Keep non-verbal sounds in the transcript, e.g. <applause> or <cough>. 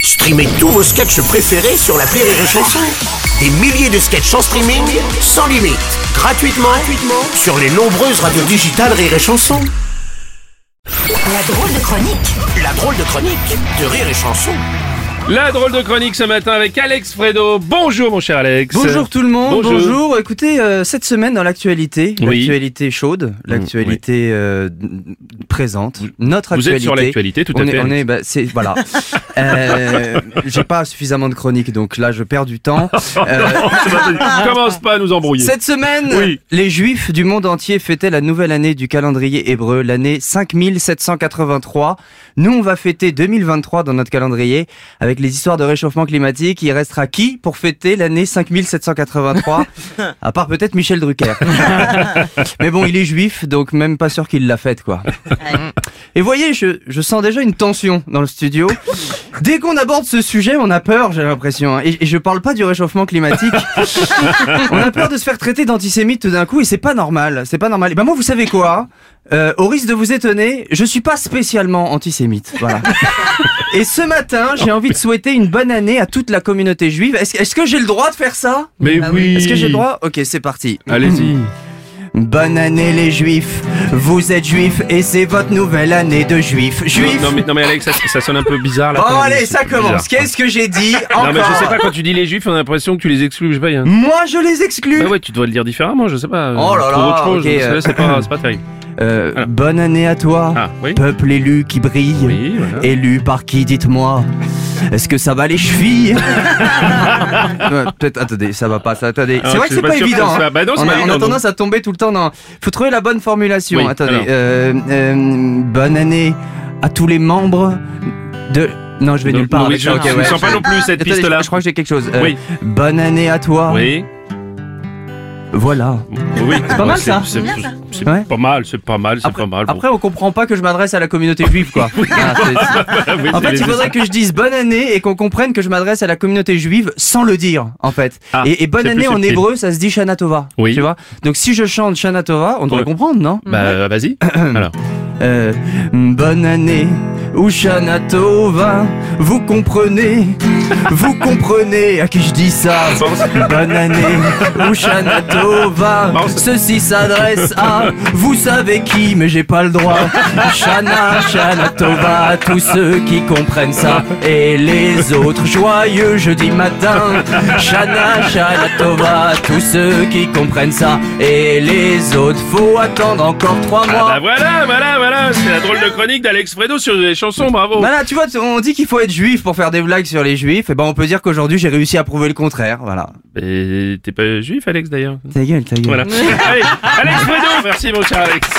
Streamez tous vos sketchs préférés sur la Rire et Chanson. Des milliers de sketchs en streaming, sans limite, gratuitement, gratuitement sur les nombreuses radios digitales Rire et Chanson. La drôle de chronique La drôle de chronique de Rire et Chanson. La drôle de chronique ce matin avec Alex Fredo. Bonjour mon cher Alex. Bonjour tout le monde, Bonjour. bonjour. Écoutez, euh, cette semaine dans l'actualité, Oui. Mmh, l'actualité chaude, l'actualité euh, présente, notre Vous actualité. êtes sur l'actualité, tout à on fait, Est, on Alex. est, bah, c'est, <laughs> voilà. Euh, j'ai pas suffisamment de chroniques, donc là je perds du temps. <laughs> Euh, <laughs> Commence pas à nous embrouiller. cette semaine, Oui. les juifs du monde entier fêtaient la nouvelle année du calendrier hébreu, l'année 5783. Nous, on va fêter 2023 dans notre calendrier. Avec les histoires de réchauffement climatique, il restera qui pour fêter l'année 5783 À part peut-être Michel Drucker. <laughs> Mais bon, il est juif, donc même pas sûr qu'il l'a faite, quoi. Et voyez, je, je sens déjà une tension dans le studio. Dès qu'on aborde ce sujet, on a peur, j'ai l'impression. hein. Et, et je parle pas du réchauffement climatique. on a peur de se faire traiter d'antisémite tout d'un coup, et c'est pas normal. C'est pas normal. Et ben moi, vous savez quoi Euh, Au risque de vous étonner, je suis pas spécialement antisémite. Voilà. Et ce matin, j'ai envie de souhaiter une bonne année à toute la communauté juive. Est-ce est-ce que j'ai le droit de faire ça Mais Ah oui. Est-ce que j'ai le droit Ok, c'est parti. Allez-y. Mm. Bonne année les juifs, vous êtes juifs et c'est votre nouvelle année de juifs. Juifs Non, non, mais, non mais Alex, ça, ça sonne un peu bizarre là. Oh quand même. allez, ça C'est commence, bizarre. qu'est-ce que j'ai dit <laughs> Non mais je encore sais pas quand tu dis les juifs, on a l'impression que tu les exclus, je sais pas. il y a un- Moi je les exclus Bah ouais, tu dois le dire différemment, je sais pas. Oh Trouve là là, autre chose, ok, parce que là, euh. Mm. c'est pas, c'est pas terrible. Euh, Alors. Bonne année à toi, Ah oui. peuple élu qui brille. Oui, hein. voilà. Élu par qui, dites-moi Est-ce que ça va <laughs> les chevilles Ouais, Peut-être, attendez, ça va pas, ça, attendez. Ah, c'est vrai que je suis c'est pas, pas sûr que évident. ce soit- hein. bah non, c'est on, pas a, on évident, a non. tendance à tomber tout le temps dans. Faut trouver la bonne formulation. Oui, attendez. alors. euh, euh, bonne année à tous les membres de. Non, je vais Non, nulle part. non, mais avec je ça, ne ok, ouais. sens pas non plus cette Attendez, piste là. Je crois que j'ai quelque chose. Euh, ah. Oui. Bonne année à toi. Oui. Voilà. Oui. C'est pas mal, ça. C'est c'est Ouais. pas mal, c'est pas mal, c'est pas mal. bon. Après, on comprend pas que je m'adresse à la communauté juive, <laughs> quoi. Ah, c'est- Oui, En c'est fait, les- il faudrait que je dise bonne année et qu'on comprenne que je m'adresse à la communauté juive sans le dire, en fait. Ah, et, et bonne c'est plus année en subtil. hébreu, ça se dit Shana Tova. Oui. Tu vois Donc si je chante Shana Tova, on devrait Ouais. comprendre, non Bah euh, <clears throat> vas-y. Alors. Euh, Bonne année ou Shana Tova, vous comprenez Vous comprenez à qui je dis ça Bonne année ou Shana Tova, Bon, c'est- ceci s'adresse à vous savez qui, mais j'ai pas le droit. Shana, Shana Tova, à tous ceux qui comprennent ça et les autres joyeux jeudi matin. Shana, Shana Tova, à tous ceux qui comprennent ça et les autres faut attendre encore trois mois. Ah bah voilà, voilà, voilà, c'est la drôle de chronique d'Alex Fredo sur les chansons, bravo. Voilà, tu vois, on dit qu'il faut être juif pour faire des blagues sur les juifs. Et ben, on peut dire qu'aujourd'hui, j'ai réussi à prouver le contraire. Voilà. Et T'es pas juif, Alex, d'ailleurs <laughs> Ta gueule, ta gueule. Voilà. Allez, Alex Fredo Merci, mon cher Alex.